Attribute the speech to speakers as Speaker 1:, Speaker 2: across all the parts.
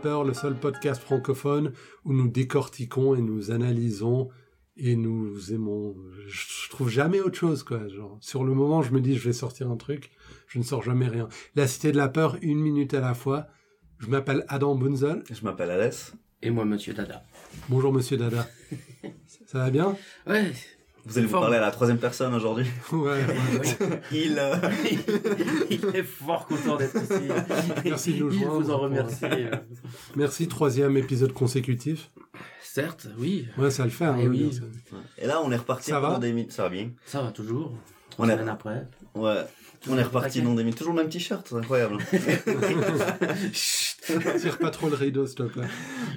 Speaker 1: peur, le seul podcast francophone où nous décortiquons et nous analysons et nous aimons. Je trouve jamais autre chose, quoi. Genre, sur le moment, je me dis, je vais sortir un truc, je ne sors jamais rien. La Cité de la Peur, une minute à la fois. Je m'appelle Adam Bunzel.
Speaker 2: Je m'appelle Alès.
Speaker 3: Et moi, Monsieur Dada.
Speaker 1: Bonjour, Monsieur Dada. Ça va bien
Speaker 3: Ouais.
Speaker 2: Vous allez vous
Speaker 3: Fort.
Speaker 2: parler à la troisième personne aujourd'hui.
Speaker 1: Ouais.
Speaker 2: Il. euh,
Speaker 3: Il est fort content d'être ici.
Speaker 1: Merci de nous
Speaker 3: Il
Speaker 1: joindre.
Speaker 3: vous en remercie. euh.
Speaker 1: Merci, troisième épisode consécutif.
Speaker 3: Certes, oui,
Speaker 1: Ouais, ça le fait. hein,
Speaker 3: Eh oui.
Speaker 1: ça-
Speaker 2: Et là, on est reparti
Speaker 1: Ça va
Speaker 2: dans des minutes. Ça va bien.
Speaker 3: ça va toujours. Trois
Speaker 2: On est-
Speaker 3: semaines après.
Speaker 2: Ouais. On est reparti
Speaker 3: Taquet.
Speaker 2: dans des minutes. Toujours le même t-shirt, c'est incroyable.
Speaker 1: Tire pas trop le rideau, s'il te plaît.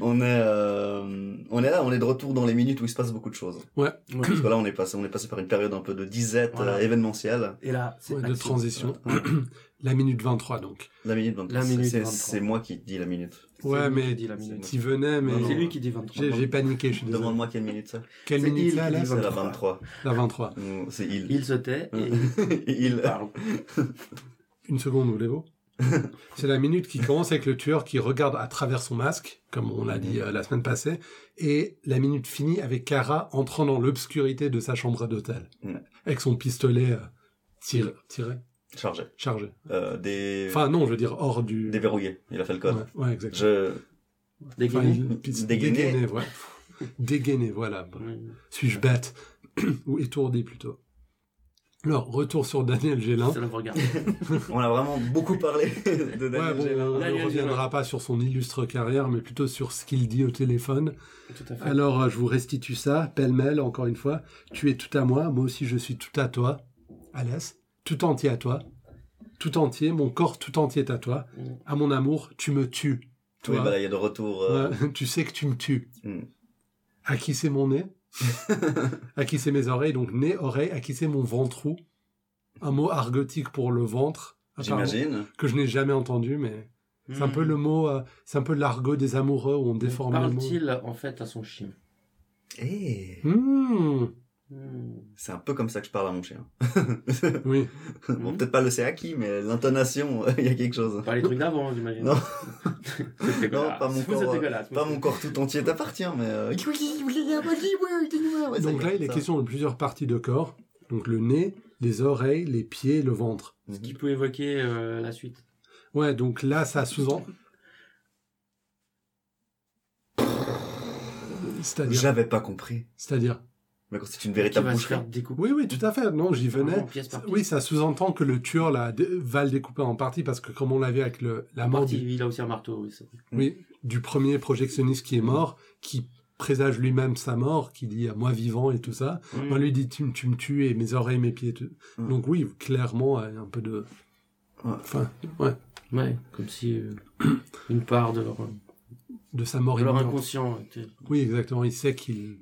Speaker 2: on est, euh, on est là, on est de retour dans les minutes où il se passe beaucoup de choses.
Speaker 3: Ouais.
Speaker 2: Parce que là, on est passé, on est passé par une période un peu de disette
Speaker 3: Voilà.
Speaker 2: euh, événementielle.
Speaker 3: Et là, c'est
Speaker 1: Ouais, de
Speaker 3: action.
Speaker 1: transition. La minute 23, donc.
Speaker 2: La minute 23.
Speaker 3: La minute
Speaker 2: c'est-
Speaker 3: 23.
Speaker 2: C'est moi qui dis la minute.
Speaker 3: C'est
Speaker 1: Ouais,
Speaker 3: lui qui
Speaker 1: mais
Speaker 3: dit la minute.
Speaker 1: t'y venais, mais
Speaker 2: Non, non.
Speaker 3: C'est lui qui dit 23.
Speaker 1: j'ai j'ai paniqué, je suis désolé.
Speaker 2: Demande-moi quelle minute c'est.
Speaker 1: Quelle
Speaker 3: C'est
Speaker 1: minute
Speaker 3: il
Speaker 1: là,
Speaker 3: qui
Speaker 1: là
Speaker 3: dit
Speaker 2: C'est la
Speaker 3: 23.
Speaker 2: 23.
Speaker 1: La 23.
Speaker 2: Nous, C'est il.
Speaker 3: Il se tait et il
Speaker 2: il.
Speaker 3: parle.
Speaker 1: Une seconde, voulez-vous C'est la minute qui commence avec le tueur qui regarde à travers son masque, comme on l'a dit euh, la semaine passée, et la minute finit avec Cara entrant dans l'obscurité de sa chambre d'hôtel,
Speaker 2: Ouais.
Speaker 1: avec son pistolet euh, tiré, tiré,
Speaker 2: Chargé.
Speaker 1: chargé.
Speaker 2: Euh, des.
Speaker 1: Enfin non, je veux dire hors du...
Speaker 2: Déverrouillé. Il a fait le
Speaker 1: ouais,
Speaker 2: code.
Speaker 1: ouais, exactement.
Speaker 2: Je.
Speaker 1: Enfin,
Speaker 3: Dégainé.
Speaker 1: il- pis-
Speaker 2: Dégainé.
Speaker 1: dégainé, ouais. Dégainé, voilà.
Speaker 3: Oui.
Speaker 1: Suis-je bête Ou étourdi plutôt. Alors, retour sur Daniel Gélin.
Speaker 3: Ça le regarde.
Speaker 2: On a vraiment beaucoup parlé de
Speaker 1: Ouais,
Speaker 2: Daniel
Speaker 1: bon,
Speaker 2: Gélin.
Speaker 1: on ne
Speaker 3: Daniel
Speaker 1: reviendra pas sur son illustre carrière, mais plutôt sur ce qu'il dit au téléphone.
Speaker 3: Tout à fait.
Speaker 1: Alors, euh, je vous restitue ça, pêle-mêle, encore une fois. Tu es tout à moi, moi aussi je suis tout à toi, Alès. Tout entier à toi. Tout entier, mon corps tout entier est à toi.
Speaker 3: Mm.
Speaker 1: À mon amour, tu me tues.
Speaker 2: Oui,
Speaker 1: Toi,
Speaker 2: bah là, il y a de retour. euh,
Speaker 1: ouais, tu sais que tu me tues.
Speaker 2: Mm.
Speaker 1: À qui c'est mon nez À qui c'est mes oreilles Donc, nez, oreille, à qui c'est mon ventrou Un mot argotique pour le ventre. apparemment,
Speaker 2: J'imagine.
Speaker 1: Que je n'ai jamais entendu, mais c'est un peu
Speaker 3: Hmm.
Speaker 1: le mot, euh, c'est un peu l'argot des amoureux où on déforme le mot.
Speaker 3: Parle-t-il en fait à son chien
Speaker 2: Eh,
Speaker 1: Mm.
Speaker 3: Hmm.
Speaker 2: C'est un peu comme ça que je parle à mon chien.
Speaker 1: Oui.
Speaker 2: Bon,
Speaker 3: Mhm.
Speaker 2: peut-être pas le c'est à qui, mais l'intonation, il y a quelque chose.
Speaker 3: Pas les trucs d'avant, j'imagine.
Speaker 2: Non.
Speaker 3: C'est dégueulasse.
Speaker 2: Non, pas mon
Speaker 3: Vous
Speaker 2: corps,
Speaker 3: êtes
Speaker 2: euh,
Speaker 3: dégueulasse.
Speaker 2: Pas mon corps tout entier t'appartient, mais... euh, ouais, ça
Speaker 1: Donc
Speaker 2: y
Speaker 1: là, il est
Speaker 2: ça.
Speaker 1: question de plusieurs parties de corps. Donc le nez, les oreilles, les pieds, le ventre.
Speaker 2: Mhm.
Speaker 3: Ce qui peut évoquer euh, la suite.
Speaker 1: Ouais, donc là, ça sous-entend. C'est-à-dire,
Speaker 2: J'avais pas compris.
Speaker 1: c'est-à dire.
Speaker 2: Mais quand c'est une
Speaker 3: Qui
Speaker 2: véritable
Speaker 3: va se
Speaker 2: boucherie.
Speaker 3: faire découper.
Speaker 1: Oui, oui, tout à fait. Non, j'y venais.
Speaker 3: Vraiment, pièce par pièce.
Speaker 1: Oui, ça sous-entend que le tueur là dé- va le découper en partie parce que comme on l'a vu avec le la mort
Speaker 3: Parti,
Speaker 1: du,
Speaker 3: il a aussi un marteau. Oui, c'est vrai.
Speaker 2: Mm.
Speaker 1: oui, du premier projectionniste qui est mort, qui présage lui-même sa mort, qui dit à moi vivant et tout ça.
Speaker 3: Hmm.
Speaker 2: Bah,
Speaker 1: Moi, lui dit tu, me- tu me tues et mes oreilles, mes pieds. tu-
Speaker 2: Mm.
Speaker 1: Donc oui, clairement, euh, un peu de.
Speaker 2: Ouais.
Speaker 1: Enfin, ouais,
Speaker 3: Ouais, comme si euh, une part de leur, de
Speaker 1: de sa mort
Speaker 3: leur
Speaker 1: imminente.
Speaker 3: inconscient était
Speaker 1: Oui, exactement. Il sait qu'il.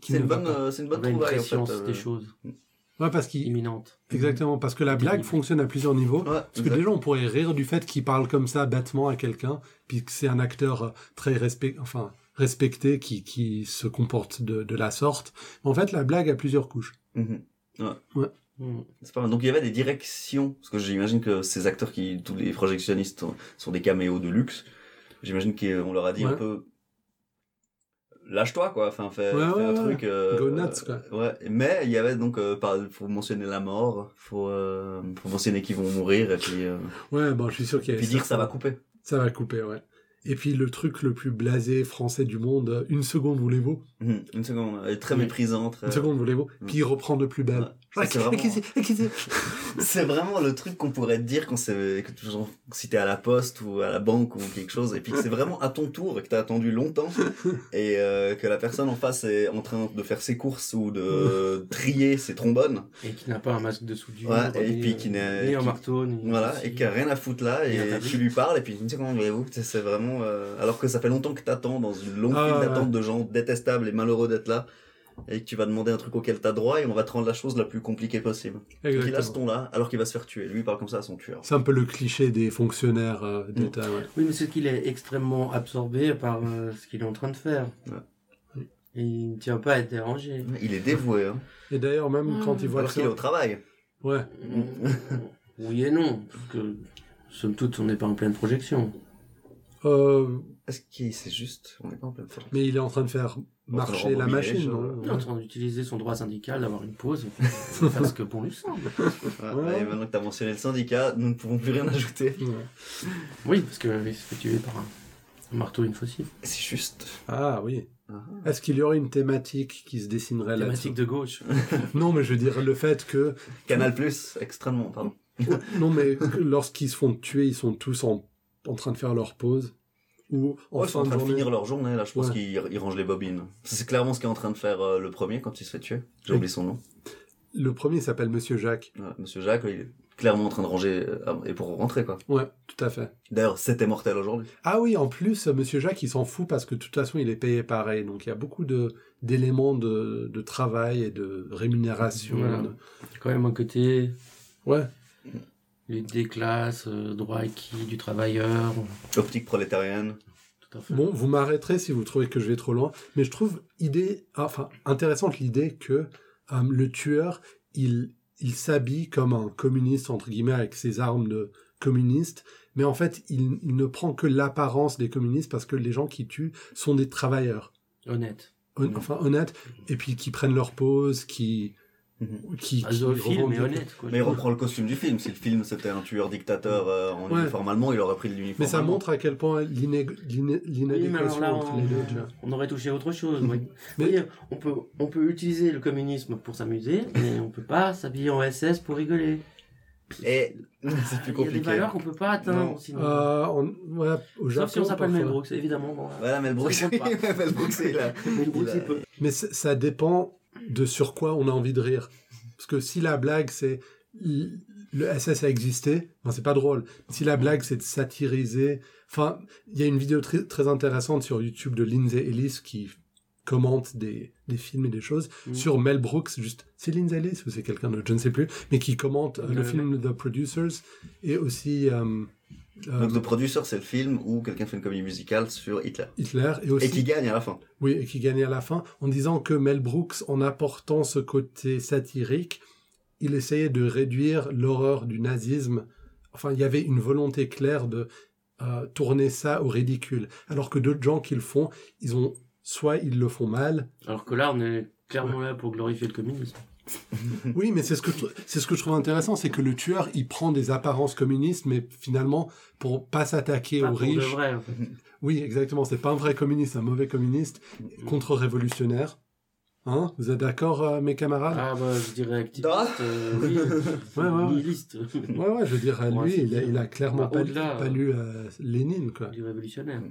Speaker 1: qu'il
Speaker 2: C'est euh,
Speaker 1: ne
Speaker 2: une,
Speaker 1: va
Speaker 2: bonne,
Speaker 1: pas.
Speaker 2: euh, c'est une bonne
Speaker 3: avait une
Speaker 2: trouvaille, en fait.
Speaker 3: préscience
Speaker 2: euh.
Speaker 3: des choses
Speaker 1: Ouais, parce qu'il.
Speaker 3: imminentes.
Speaker 1: Exactement, parce que la blague fonctionne à plusieurs niveaux.
Speaker 2: Ouais,
Speaker 1: Parce que
Speaker 2: exact.
Speaker 1: déjà, on pourrait rire du fait qu'il parle comme ça bêtement à quelqu'un, puis que c'est un acteur euh, très respect, enfin respecté qui qui se comporte de de la sorte. Mais en fait, la blague a plusieurs couches.
Speaker 2: Mhm.
Speaker 3: Hmm.
Speaker 2: C'est pas mal. Donc il y avait des directions, parce que j'imagine que ces acteurs qui, tous les projectionnistes, euh, sont des caméos de luxe. J'imagine qu'on leur a dit
Speaker 1: Ouais.
Speaker 2: un peu, lâche-toi quoi, enfin fais,
Speaker 1: Ouais,
Speaker 2: fais
Speaker 1: ouais,
Speaker 2: un
Speaker 1: ouais.
Speaker 2: truc. euh,
Speaker 1: Go nuts, quoi.
Speaker 2: euh, ouais. Mais il y avait donc, euh, par- faut mentionner la mort, faut, euh, faut mentionner qu'ils vont mourir et puis, euh,
Speaker 1: Ouais, bon, je suis sûr qu'il y a.
Speaker 2: et puis dire ça va couper.
Speaker 1: Ça va couper, ouais. Et puis le truc le plus blasé français du monde, euh, une seconde voulez-vous
Speaker 2: Mhm. Une seconde, elle est très
Speaker 3: Oui.
Speaker 2: méprisante.
Speaker 1: Une seconde voulez-vous
Speaker 2: Mm.
Speaker 1: Puis il reprend de plus belle.
Speaker 2: Ouais. Ça, c'est
Speaker 1: Ah,
Speaker 2: vraiment-
Speaker 1: qu'est-ce que c'est Ah, qu'est-ce que c'est
Speaker 2: C'est vraiment le truc qu'on pourrait te dire quand c'est que, genre, si t'es à la poste ou à la banque ou quelque chose et puis que c'est vraiment à ton tour et que t'as attendu longtemps et euh, que la personne en face est en train de faire ses courses ou de trier ses trombones
Speaker 3: Et qui n'a pas un masque de soudure,
Speaker 2: Ouais, et
Speaker 3: ni,
Speaker 2: puis
Speaker 3: euh,
Speaker 2: qui n'a-
Speaker 3: ni un
Speaker 2: qui-
Speaker 3: marteau, ni
Speaker 2: voilà et
Speaker 3: ni-
Speaker 2: qui a rien à foutre là
Speaker 3: Et un
Speaker 2: et
Speaker 3: tabou.
Speaker 2: tu lui parles et puis tu me dis comment voulez-vous c'est c'est vraiment euh, alors que ça fait longtemps que t'attends dans une longue
Speaker 1: Ah,
Speaker 2: file
Speaker 1: ouais.
Speaker 2: d'attente de gens détestables et malheureux d'être là et que tu vas demander un truc auquel t'as droit et on va te rendre la chose la plus compliquée possible et qu'il a ce
Speaker 1: Exactement.
Speaker 2: ton là alors qu'il va se faire tuer lui il parle comme ça à son tueur
Speaker 1: C'est un peu le cliché des fonctionnaires euh, d'État.
Speaker 2: Mm.
Speaker 1: ouais.
Speaker 3: Oui, mais c'est qu'il est extrêmement absorbé par euh, ce qu'il est en train de faire. Et il ne tient pas à être dérangé.
Speaker 2: il est dévoué hein.
Speaker 1: Et d'ailleurs, même quand il voit
Speaker 2: alors
Speaker 1: que ça...
Speaker 2: qu'il est au travail
Speaker 1: Ouais,
Speaker 2: Mm.
Speaker 3: oui et non, parce que somme toute, on n'est pas en pleine projection.
Speaker 1: Euh,
Speaker 2: Est-ce qu'il c'est juste On est pas en pleine forme.
Speaker 1: Mais il est en train de faire marcher la
Speaker 2: rembobiner,
Speaker 1: machine,
Speaker 2: ça,
Speaker 1: non
Speaker 3: Il est en train d'utiliser son droit syndical d'avoir une pause et puis de faire ce que bon lui semble.
Speaker 2: Ah,
Speaker 1: Ouais.
Speaker 2: Et maintenant que t'as mentionné le syndicat, nous ne pouvons plus rien ajouter.
Speaker 1: Ouais.
Speaker 3: Oui, parce qu'il se fait tuer par un, un marteau et une faucille.
Speaker 2: C'est juste.
Speaker 1: Ah oui.
Speaker 2: Ah.
Speaker 1: Est-ce qu'il y aurait une thématique qui se dessinerait là-dessus
Speaker 3: Thématique de gauche.
Speaker 1: Non, mais je veux dire le fait que
Speaker 2: Canal Plus, extrêmement, pardon.
Speaker 1: non, mais que lorsqu'ils se font tuer, ils sont tous en, en train de faire leur pause ou en
Speaker 2: Ouais, ils sont
Speaker 1: fin
Speaker 2: en
Speaker 1: de
Speaker 2: train de
Speaker 1: journée.
Speaker 2: finir leur journée, là, je pense
Speaker 1: Ouais.
Speaker 2: qu'ils ils rangent les bobines. C'est clairement ce qu'est en train de faire euh, le premier quand il se fait tuer. J'ai
Speaker 1: Oui.
Speaker 2: oublié son nom.
Speaker 1: Le premier s'appelle Monsieur Jacques.
Speaker 2: Ouais, Monsieur Jacques, il est clairement en train de ranger euh, ah, et pour rentrer, quoi.
Speaker 1: Ouais, tout à fait.
Speaker 2: D'ailleurs, c'était mortel aujourd'hui.
Speaker 1: Ah oui, en plus, euh, Monsieur Jacques, il s'en fout parce que de toute façon, il est payé pareil. Donc, il y a beaucoup de d'éléments de, de travail et de rémunération.
Speaker 3: Voilà.
Speaker 1: de-
Speaker 3: Quand même un côté
Speaker 1: Ouais,
Speaker 3: lutte des classes, euh, droit acquis du travailleur.
Speaker 2: Optique prolétarienne.
Speaker 3: Tout à fait.
Speaker 1: Bon, vous m'arrêterez si vous trouvez que je vais trop loin, mais je trouve idée, ah, enfin intéressante l'idée que euh, le tueur, il, il s'habille comme un communiste entre guillemets avec ses armes de communiste, mais en fait il, il ne prend que l'apparence des communistes parce que les gens qui tuent sont des travailleurs,
Speaker 3: Honnête.
Speaker 1: hon- enfin honnêtes, et puis qui prennent leur pause, qui
Speaker 2: Mhm.
Speaker 1: qui, qui
Speaker 3: Azophile, mais
Speaker 1: revendiquent.
Speaker 3: honnête. Quoi.
Speaker 2: Mais il reprend le costume du film. Si le film c'était un tueur dictateur euh, en
Speaker 1: Ouais.
Speaker 2: uniforme allemand, il aurait pris de l'uniforme.
Speaker 1: Mais ça
Speaker 2: allemand.
Speaker 1: montre à quel point l'iné- l'iné-
Speaker 3: Oui, mais alors
Speaker 1: l'inadéquation
Speaker 3: là,
Speaker 1: entre les deux. tu vois.
Speaker 3: on, on aurait touché autre chose. oui.
Speaker 1: Mais-
Speaker 3: Oui, on, peut, on peut utiliser le communisme pour s'amuser, mais on peut pas s'habiller en SS pour rigoler.
Speaker 2: Et c'est plus
Speaker 3: Il y a des
Speaker 2: compliqué.
Speaker 3: valeurs qu'on peut pas atteindre.
Speaker 2: Non.
Speaker 3: Sinon.
Speaker 1: Euh, on- ouais, au Japon,
Speaker 3: Sauf si on s'appelle
Speaker 1: parfois.
Speaker 3: Mel Brooks, évidemment. bon, hein. voilà.
Speaker 2: Voilà, Mel Brooks.
Speaker 3: Ça compte pas.
Speaker 2: Mel Brooks, il a-
Speaker 3: Mel Brooks,
Speaker 2: Il a-
Speaker 3: il peut.
Speaker 1: Mais c- ça dépend de sur quoi on a envie de rire. Parce que si la blague c'est l- le SS a existé, ben c'est pas drôle. Si la blague c'est de satiriser, enfin, il y a une vidéo très, très intéressante sur YouTube de Lindsay Ellis qui commente des, des films et des choses
Speaker 2: Mmh.
Speaker 3: Mm.
Speaker 1: sur Mel Brooks, juste c'est Lindsay Ellis ou c'est quelqu'un d'autre, je ne sais plus, mais qui commente euh, le,
Speaker 3: Le-
Speaker 1: film The Producers et aussi euh, euh,
Speaker 2: Donc, The Producer, c'est le film où quelqu'un fait une comédie musicale sur Hitler.
Speaker 1: Hitler et aussi
Speaker 2: Et qui gagne à la fin.
Speaker 1: Oui, et qui gagnait à la fin, en disant que Mel Brooks, en apportant ce côté satirique, il essayait de réduire l'horreur du nazisme. Enfin, il y avait une volonté claire de euh, tourner ça au ridicule. Alors que d'autres gens qui le font, ils ont soit ils le font mal.
Speaker 3: Alors que là, on est clairement là pour glorifier le communisme.
Speaker 1: Oui, mais c'est ce que je- c'est ce que je trouve intéressant, c'est que le tueur, il prend des apparences communistes, mais finalement pour pas s'attaquer
Speaker 3: Pas
Speaker 1: aux
Speaker 3: pour de
Speaker 1: riches.
Speaker 3: vrai. en fait.
Speaker 1: Oui, exactement. C'est pas un vrai communiste, c'est un mauvais communiste contre-révolutionnaire. Hein Vous êtes d'accord, euh, mes camarades
Speaker 3: Ah bah, je dirais
Speaker 2: Ah.
Speaker 3: activiste, euh, oui,
Speaker 1: Ouais, ouais, ouais.
Speaker 3: nihiliste,
Speaker 1: Ouais, ouais, je veux dire,
Speaker 3: Ouais,
Speaker 1: lui,
Speaker 3: c'est
Speaker 1: il a,
Speaker 3: bien.
Speaker 1: il a clairement
Speaker 3: Bah,
Speaker 1: pas, lu-
Speaker 3: au-delà,
Speaker 1: pas
Speaker 3: euh.
Speaker 1: lu euh, Lénine, quoi.
Speaker 3: du révolutionnaire.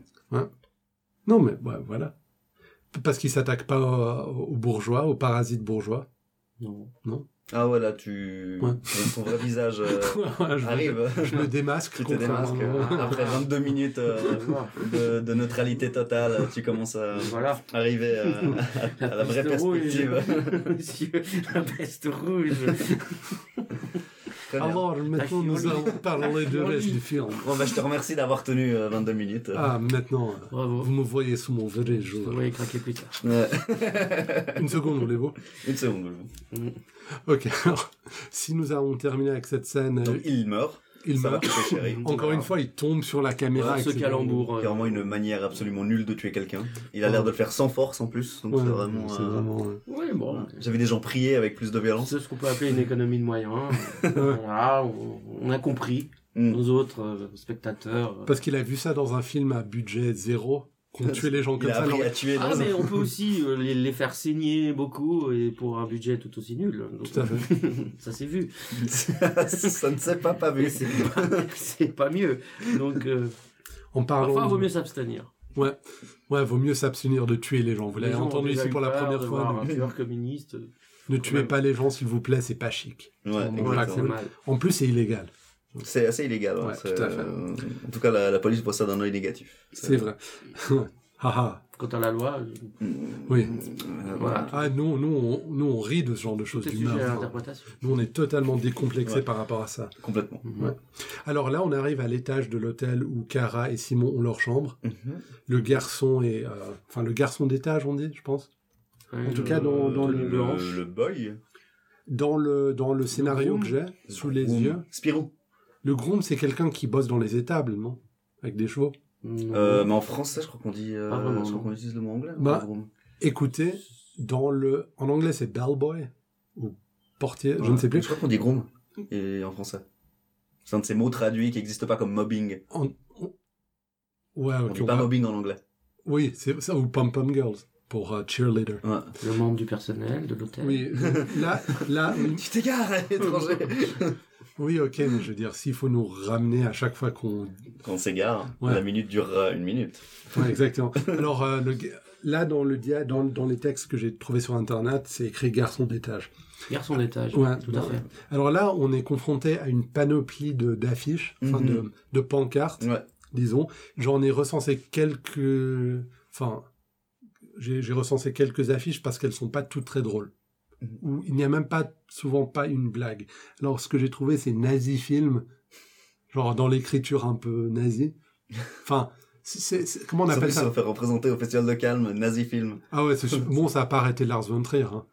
Speaker 1: Non, mais ouais, voilà. Parce qu'il s'attaque pas aux, aux bourgeois, aux parasites bourgeois.
Speaker 3: Non.
Speaker 2: Ah ouais, là, tu.
Speaker 1: Ouais.
Speaker 2: Ton vrai visage euh,
Speaker 1: Ouais, ouais, je,
Speaker 2: arrive.
Speaker 1: je me démasque.
Speaker 2: Tu te démasques. euh,
Speaker 1: contrairement-
Speaker 3: Ah.
Speaker 2: Après 22 minutes euh, de, de neutralité totale, tu commences à
Speaker 3: Euh, Voilà.
Speaker 2: arriver à, à la vraie
Speaker 3: peste
Speaker 2: perspective.
Speaker 3: rouge. Monsieur, la peste rouge.
Speaker 2: Très bien.
Speaker 1: Alors, maintenant, nous allons parler de reste du film.
Speaker 2: Bon, bah, je te remercie d'avoir tenu euh, 22 minutes.
Speaker 1: Ah, maintenant, euh,
Speaker 3: Bravo.
Speaker 1: vous me voyez sous mon vrai
Speaker 3: Je
Speaker 1: jour.
Speaker 3: voyais craquer plus tard.
Speaker 2: Ouais.
Speaker 1: Une seconde, voulez-vous
Speaker 2: Euh, Une seconde.
Speaker 1: Ok, alors, si nous avons terminé avec cette scène,
Speaker 2: Donc,
Speaker 1: euh,
Speaker 2: il meurt.
Speaker 1: il
Speaker 2: ça va
Speaker 1: meurt.
Speaker 2: coucher, chérie.
Speaker 1: Encore une fois, il tombe sur la caméra.
Speaker 3: Voilà,
Speaker 1: avec
Speaker 3: ce
Speaker 1: ses-
Speaker 3: calembour. euh,
Speaker 2: C'est vraiment une manière absolument nulle de tuer quelqu'un. Il a l'air de le faire sans force en plus. Donc
Speaker 1: Ouais,
Speaker 2: c'est vraiment.
Speaker 1: c'est
Speaker 2: euh,
Speaker 1: vraiment, euh,
Speaker 3: Oui, bon.
Speaker 2: J'avais des gens prier avec plus de violence.
Speaker 3: C'est ce qu'on peut appeler une économie de moyens. voilà, on, on a compris.
Speaker 2: Mm.
Speaker 3: Nos autres euh, spectateurs. euh,
Speaker 1: Parce qu'il a vu ça dans un film à budget zéro, qu'on tuait les gens
Speaker 2: Il
Speaker 1: comme
Speaker 2: a
Speaker 1: ça.
Speaker 2: appris
Speaker 1: alors-
Speaker 2: à tuer
Speaker 3: Ah,
Speaker 2: dans un-
Speaker 3: mais on peut aussi euh, les, les faire saigner beaucoup et pour un budget tout aussi nul. Donc, euh,
Speaker 1: Tout à fait.
Speaker 3: ça s'est vu.
Speaker 2: ça ne s'est pas pas
Speaker 3: Mais
Speaker 2: vu.
Speaker 3: c'est pas, c'est pas mieux. Donc, euh,
Speaker 1: En parlant.
Speaker 3: parfois, il vaut
Speaker 1: de-
Speaker 3: mieux s'abstenir.
Speaker 1: Ouais, vaut mieux s'abstenir de tuer les gens. Vous l'avez entendu ici pour la première fois.
Speaker 3: Un
Speaker 1: Ne,
Speaker 3: tueur communiste, euh,
Speaker 1: ne tuez
Speaker 3: même.
Speaker 1: pas les gens, s'il vous plaît, c'est pas chic.
Speaker 2: Ouais,
Speaker 1: Voilà,
Speaker 2: exactement.
Speaker 3: c'est mal.
Speaker 1: En plus, c'est illégal.
Speaker 2: C'est assez illégal. hein,
Speaker 1: Ouais,
Speaker 2: c'est-
Speaker 1: tout à fait.
Speaker 2: euh, En tout cas, la, la police voit ça d'un œil négatif.
Speaker 1: C'est vrai. Ah, Haha.
Speaker 3: Quant à la loi, euh,
Speaker 1: Oui.
Speaker 2: Mm. Euh,
Speaker 3: voilà.
Speaker 1: Ah, nous, nous, on, nous, on rit de ce genre de choses
Speaker 3: Tout est
Speaker 1: du
Speaker 3: sujet à
Speaker 1: meurtre.
Speaker 3: l'interprétation.
Speaker 1: Nous, on est totalement décomplexés
Speaker 2: Ouais.
Speaker 1: par rapport à ça.
Speaker 2: Complètement.
Speaker 1: Ouais. Alors là, on arrive à l'étage de l'hôtel où Cara et Simon ont leur chambre. Le garçon est, euh, enfin, le garçon d'étage, on dit, je pense. En tout cas, dans- dans le-
Speaker 2: Euh, le, le boy.
Speaker 1: Dans le, dans le scénario
Speaker 3: groom.
Speaker 1: que j'ai, sous les
Speaker 2: Ou-
Speaker 1: yeux,
Speaker 2: Spirou.
Speaker 1: Le groom, c'est quelqu'un qui bosse dans les étables, non Avec des chevaux.
Speaker 3: Mmh.
Speaker 2: Euh, mais en français, je crois qu'on dit. euh,
Speaker 3: Pas vraiment,
Speaker 2: je crois
Speaker 3: non.
Speaker 2: qu'on utilise le mot anglais.
Speaker 1: Ah, Bah.
Speaker 2: en gros.
Speaker 1: Écoutez, dans le... en anglais, c'est bellboy ou portier, je ne sais plus.
Speaker 2: Je crois qu'on dit groom. Et en français. C'est un de ces mots traduits qui n'existe pas comme mobbing.
Speaker 1: En- on- Ouais,
Speaker 2: On
Speaker 1: ok,
Speaker 2: dit
Speaker 1: on
Speaker 2: pas
Speaker 1: va-
Speaker 2: mobbing en anglais.
Speaker 1: Oui, c'est ça, ou Pom Pom Girls pour euh, cheerleader.
Speaker 2: Ouais.
Speaker 3: Le membre du personnel de l'hôtel.
Speaker 1: Oui, là, là, oui.
Speaker 2: Tu t'égares, étranger.
Speaker 1: oui, ok, mais je veux dire, s'il faut nous ramener à chaque fois qu'on.
Speaker 2: Quand on s'égare,
Speaker 1: Ouais.
Speaker 2: la minute durera une minute.
Speaker 1: Ouais, exactement. Alors, euh, le ga- là, dans, le dia... dans, dans les textes que j'ai trouvés sur Internet, c'est écrit garçon d'étage.
Speaker 3: Garçon d'étage.
Speaker 1: Ouais,
Speaker 3: tout à fait.
Speaker 1: Alors là, on est confronté à une panoplie de- d'affiches, enfin
Speaker 2: Mhm.
Speaker 1: de, de pancartes,
Speaker 2: Ouais.
Speaker 1: disons. J'en ai recensé quelques. Enfin, j'ai j'ai recensé quelques affiches parce qu'elles sont pas toutes très drôles.
Speaker 2: Mhm.
Speaker 1: Ou il n'y a même pas souvent pas une blague. Alors ce que j'ai trouvé, c'est nazi film, genre dans l'écriture un peu nazi. Enfin, c'est- c'est c'est- comment on
Speaker 2: Ils ont pu
Speaker 1: appelle
Speaker 2: se
Speaker 1: ça
Speaker 2: faire représenter au Festival de Calme, Nazi Film.
Speaker 1: Ah ouais, c'est sûr. bon, ça a pas arrêté Lars von Trier. hein.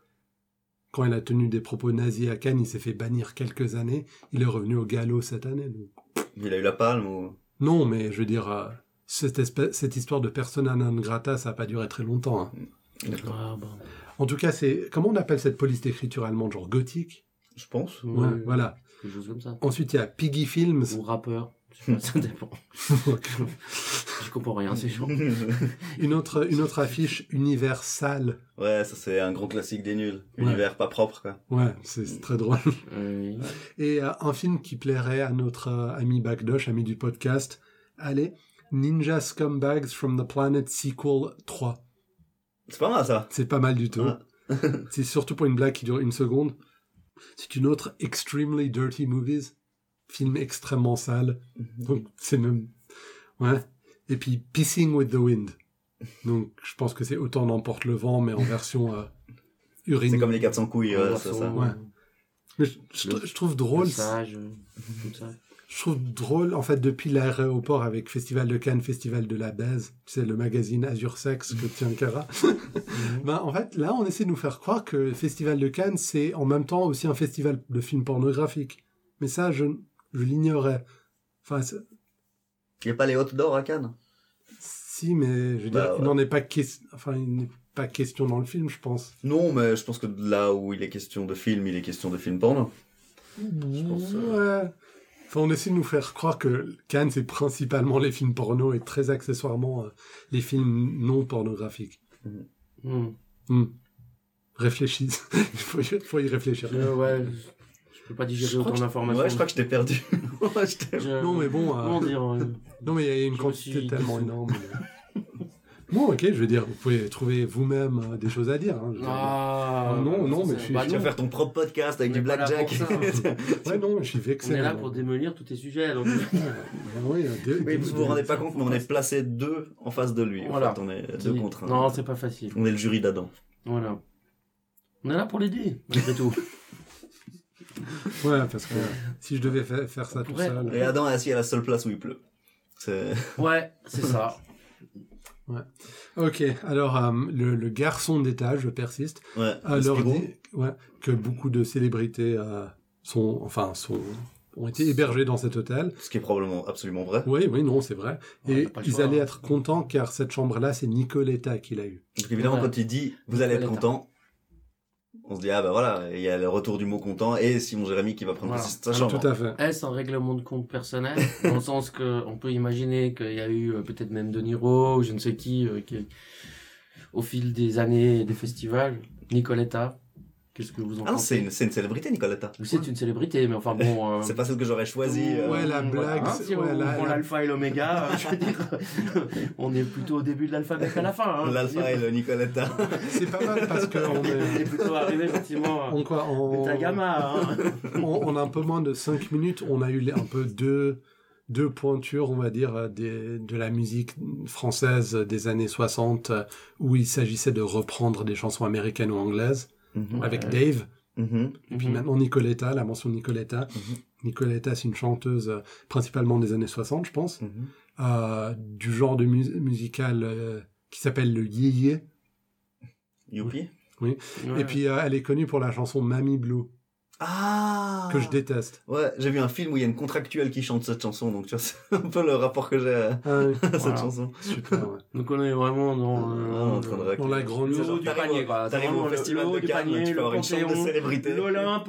Speaker 1: Quand il a tenu des propos nazis à Cannes, il s'est fait bannir quelques années. Il est revenu au galop cette année. donc.
Speaker 2: Il a eu la palme ou...
Speaker 1: Non, mais je veux dire, euh, cette, espèce- cette histoire de persona non grata, ça n'a pas duré très longtemps. hein.
Speaker 3: Ah, bon.
Speaker 1: En tout cas, c'est comment on appelle cette police d'écriture allemande, genre gothique.
Speaker 2: Je pense.
Speaker 1: Ouais,
Speaker 3: Ouais,
Speaker 1: Voilà.
Speaker 3: Quelque chose comme ça.
Speaker 1: Ensuite, il y a Piggy Films.
Speaker 3: Ou rappeur. Je sais pas, ça dépend. Je comprends rien, ces gens.
Speaker 2: ouais,
Speaker 1: Une autre, une autre affiche universale.
Speaker 2: ça c'est un gros classique des nuls.
Speaker 1: Ouais.
Speaker 2: Univers pas propre, quoi.
Speaker 1: Ouais, c'est c'est très drôle.
Speaker 3: Euh, oui.
Speaker 1: Et euh, un film qui plairait à notre euh, ami Bagdosh, ami du podcast. Allez, Ninja Scumbags from the Planet Sequel 3.
Speaker 2: C'est pas mal ça.
Speaker 1: C'est pas mal du tout.
Speaker 2: Ah.
Speaker 1: c'est surtout pour une blague qui dure une seconde. C'est une autre Extremely Dirty Movies. Film extrêmement sale.
Speaker 2: Mhm.
Speaker 1: Donc, c'est même. Ouais. Et puis Pissing with the Wind. Donc, je pense que c'est autant n'emporte le vent, mais en version euh, urine.
Speaker 2: C'est comme les 400 couilles, ouais,
Speaker 3: Un
Speaker 2: c'est
Speaker 3: garçon,
Speaker 2: ça.
Speaker 1: Ouais. Mais je, je tr- je trouve
Speaker 3: un
Speaker 1: drôle.
Speaker 3: sage, euh, comme ça.
Speaker 1: Je trouve drôle, en fait, depuis l'aéroport avec Festival de Cannes, Festival de la Baise, c'est le magazine Azur Sex
Speaker 2: Mm.
Speaker 1: que tient Cara.
Speaker 2: Mm-hmm.
Speaker 1: ben, en fait, là, on essaie de nous faire croire que le Festival de Cannes, c'est en même temps aussi un festival de films pornographiques. Mais ça, je, je l'ignorais. Enfin, c'est-
Speaker 2: Il y a pas les hautes d'or à Cannes
Speaker 1: si, mais je veux dire,
Speaker 2: Bah, ouais.
Speaker 1: il n'en est pas question, enfin, il n'est pas question dans le film, je pense.
Speaker 2: Non, mais je pense que là où il est question de film, il est question de film porno. pense, euh,
Speaker 1: Ouais. Enfin, on essaie de nous faire croire que Cannes, c'est principalement les films porno et très accessoirement euh, les films non pornographiques.
Speaker 3: Hmm.
Speaker 1: Réfléchis. Il faut, y- faut y réfléchir.
Speaker 3: Je, ouais, je peux pas
Speaker 1: Je
Speaker 3: digérer
Speaker 1: crois
Speaker 3: autant
Speaker 1: que-
Speaker 3: d'informations.
Speaker 2: Ouais, je crois que je t'ai perdu. Ouais, je t'ai-
Speaker 3: Je-
Speaker 1: Non, mais bon, euh,
Speaker 3: Comment dire euh,
Speaker 1: Non, mais il y a une
Speaker 3: Je me
Speaker 1: quantité
Speaker 3: suis
Speaker 1: tellement énorme. euh. bon, ok, je veux dire, vous pouvez trouver vous-même euh, des choses à dire. hein, je veux dire.
Speaker 3: Ah,
Speaker 1: Ah, non, non, mais je suis-
Speaker 3: Bah,
Speaker 2: tu vas
Speaker 3: non,
Speaker 2: faire ton propre podcast avec
Speaker 3: On
Speaker 2: du
Speaker 3: est pas là
Speaker 2: blackjack.
Speaker 3: pour ça. hein.
Speaker 1: ouais, non, je suis
Speaker 3: On
Speaker 1: vexé.
Speaker 3: est là
Speaker 1: mais-
Speaker 3: pour démolir tous tes sujets. donc-
Speaker 1: Oui, euh, dé- dé-
Speaker 2: vous vous rendez pas compte, mais on est placé deux en face de lui. En
Speaker 3: Voilà.
Speaker 2: fait, on est deux contre un.
Speaker 3: Non, c'est pas facile.
Speaker 2: On est le jury d'Adam.
Speaker 3: Voilà. On est là pour l'aider, malgré tout.
Speaker 1: Ouais, parce que si je devais fa- faire ça
Speaker 3: On
Speaker 1: tout
Speaker 3: pourrait-
Speaker 1: seul.
Speaker 2: Et Adam est assis à la seule place où il pleut. C'est
Speaker 3: Ouais, c'est ça.
Speaker 1: Ok, alors euh, le, le garçon d'étage, je persiste,
Speaker 2: ouais.
Speaker 1: à
Speaker 2: le
Speaker 1: leur
Speaker 2: Spirou.
Speaker 1: dire ouais, que beaucoup de célébrités euh, sont, enfin, sont, ont été hébergées dans cet hôtel.
Speaker 2: ce qui est probablement absolument vrai.
Speaker 1: Oui, oui, non, c'est vrai.
Speaker 3: Ouais,
Speaker 1: Et
Speaker 3: t'as pas le
Speaker 1: ils
Speaker 3: choix,
Speaker 1: allaient
Speaker 3: hein.
Speaker 1: être contents car cette chambre-là, c'est Nicoletta qui l'a eu.
Speaker 2: Donc évidemment,
Speaker 3: Ouais.
Speaker 2: quand il dit vous allez être
Speaker 3: Voilà.
Speaker 2: content, on se dit ah bah voilà, il y a le retour du mot content et Simon Jérémy qui va prendre
Speaker 3: Voilà.
Speaker 2: sa- sa chambre.
Speaker 1: Tout à fait.
Speaker 3: Est-ce un règlement de compte personnel Dans le sens que on peut imaginer qu'il y a eu euh, peut-être même De Niro ou je ne sais qui, euh, qui au fil des années et des festivals. Nicoletta, qu'est-ce que vous en
Speaker 2: Ah non, c'est
Speaker 3: pensez
Speaker 2: une, c'est une célébrité, Nicoletta.
Speaker 3: C'est une célébrité, mais enfin bon. euh,
Speaker 2: C'est pas celle que j'aurais choisie. euh,
Speaker 1: Ouais, la
Speaker 3: Voilà. Hein,
Speaker 1: blague, c'est-
Speaker 3: si on
Speaker 1: ouais, la-
Speaker 3: prend
Speaker 1: la-
Speaker 3: l'alpha et l'oméga, euh, je veux dire, on est plutôt au début de l'alphabet qu'à la fin. Hein,
Speaker 2: L'alpha et le Nicoletta.
Speaker 1: C'est pas mal parce qu'on
Speaker 3: On est
Speaker 1: est.
Speaker 3: plutôt arrivé effectivement
Speaker 1: On, quoi, on,
Speaker 3: bêta gamma. Hein.
Speaker 1: on, on a un peu moins de 5 minutes, on a eu les- un peu deux, deux pointures, on va dire, euh, des, de la musique française des années 60 euh, où il s'agissait de reprendre des chansons américaines ou anglaises
Speaker 2: Mhm.
Speaker 1: avec
Speaker 3: Ouais.
Speaker 1: Dave.
Speaker 2: Mhm.
Speaker 1: Et puis maintenant Nicoletta, la mention de Nicoletta.
Speaker 2: Mhm.
Speaker 1: Nicoletta, c'est une chanteuse euh, principalement des années 60, je pense,
Speaker 2: Mhm.
Speaker 1: euh, du genre de mus- musical euh, qui s'appelle le yéyé.
Speaker 2: Youpi.
Speaker 3: Ouais. Mhm.
Speaker 1: Et puis euh, elle est connue pour la chanson Mammy Blue.
Speaker 2: Ah
Speaker 1: que je déteste.
Speaker 2: Ouais, j'ai vu un film où il y a une contractuelle qui chante cette chanson, donc tu vois, c'est un peu le rapport que j'ai à
Speaker 1: Ah oui,
Speaker 2: à cette
Speaker 3: Voilà.
Speaker 2: chanson.
Speaker 1: super, ouais.
Speaker 3: Donc on est vraiment dans euh,
Speaker 2: Ah, en train de racler.
Speaker 1: Dans la grande
Speaker 2: C'est genre,
Speaker 3: l'eau du
Speaker 2: t'arrives au-
Speaker 3: panier, quoi.
Speaker 2: T'arrives
Speaker 3: Vraiment
Speaker 2: au
Speaker 3: le-
Speaker 2: festival
Speaker 3: l'eau
Speaker 2: de
Speaker 3: du
Speaker 2: Cannes,
Speaker 3: panier,
Speaker 2: tu vas
Speaker 3: le
Speaker 2: avoir une chambre de
Speaker 3: Panthéon,
Speaker 2: célébrité.
Speaker 3: l'Olympe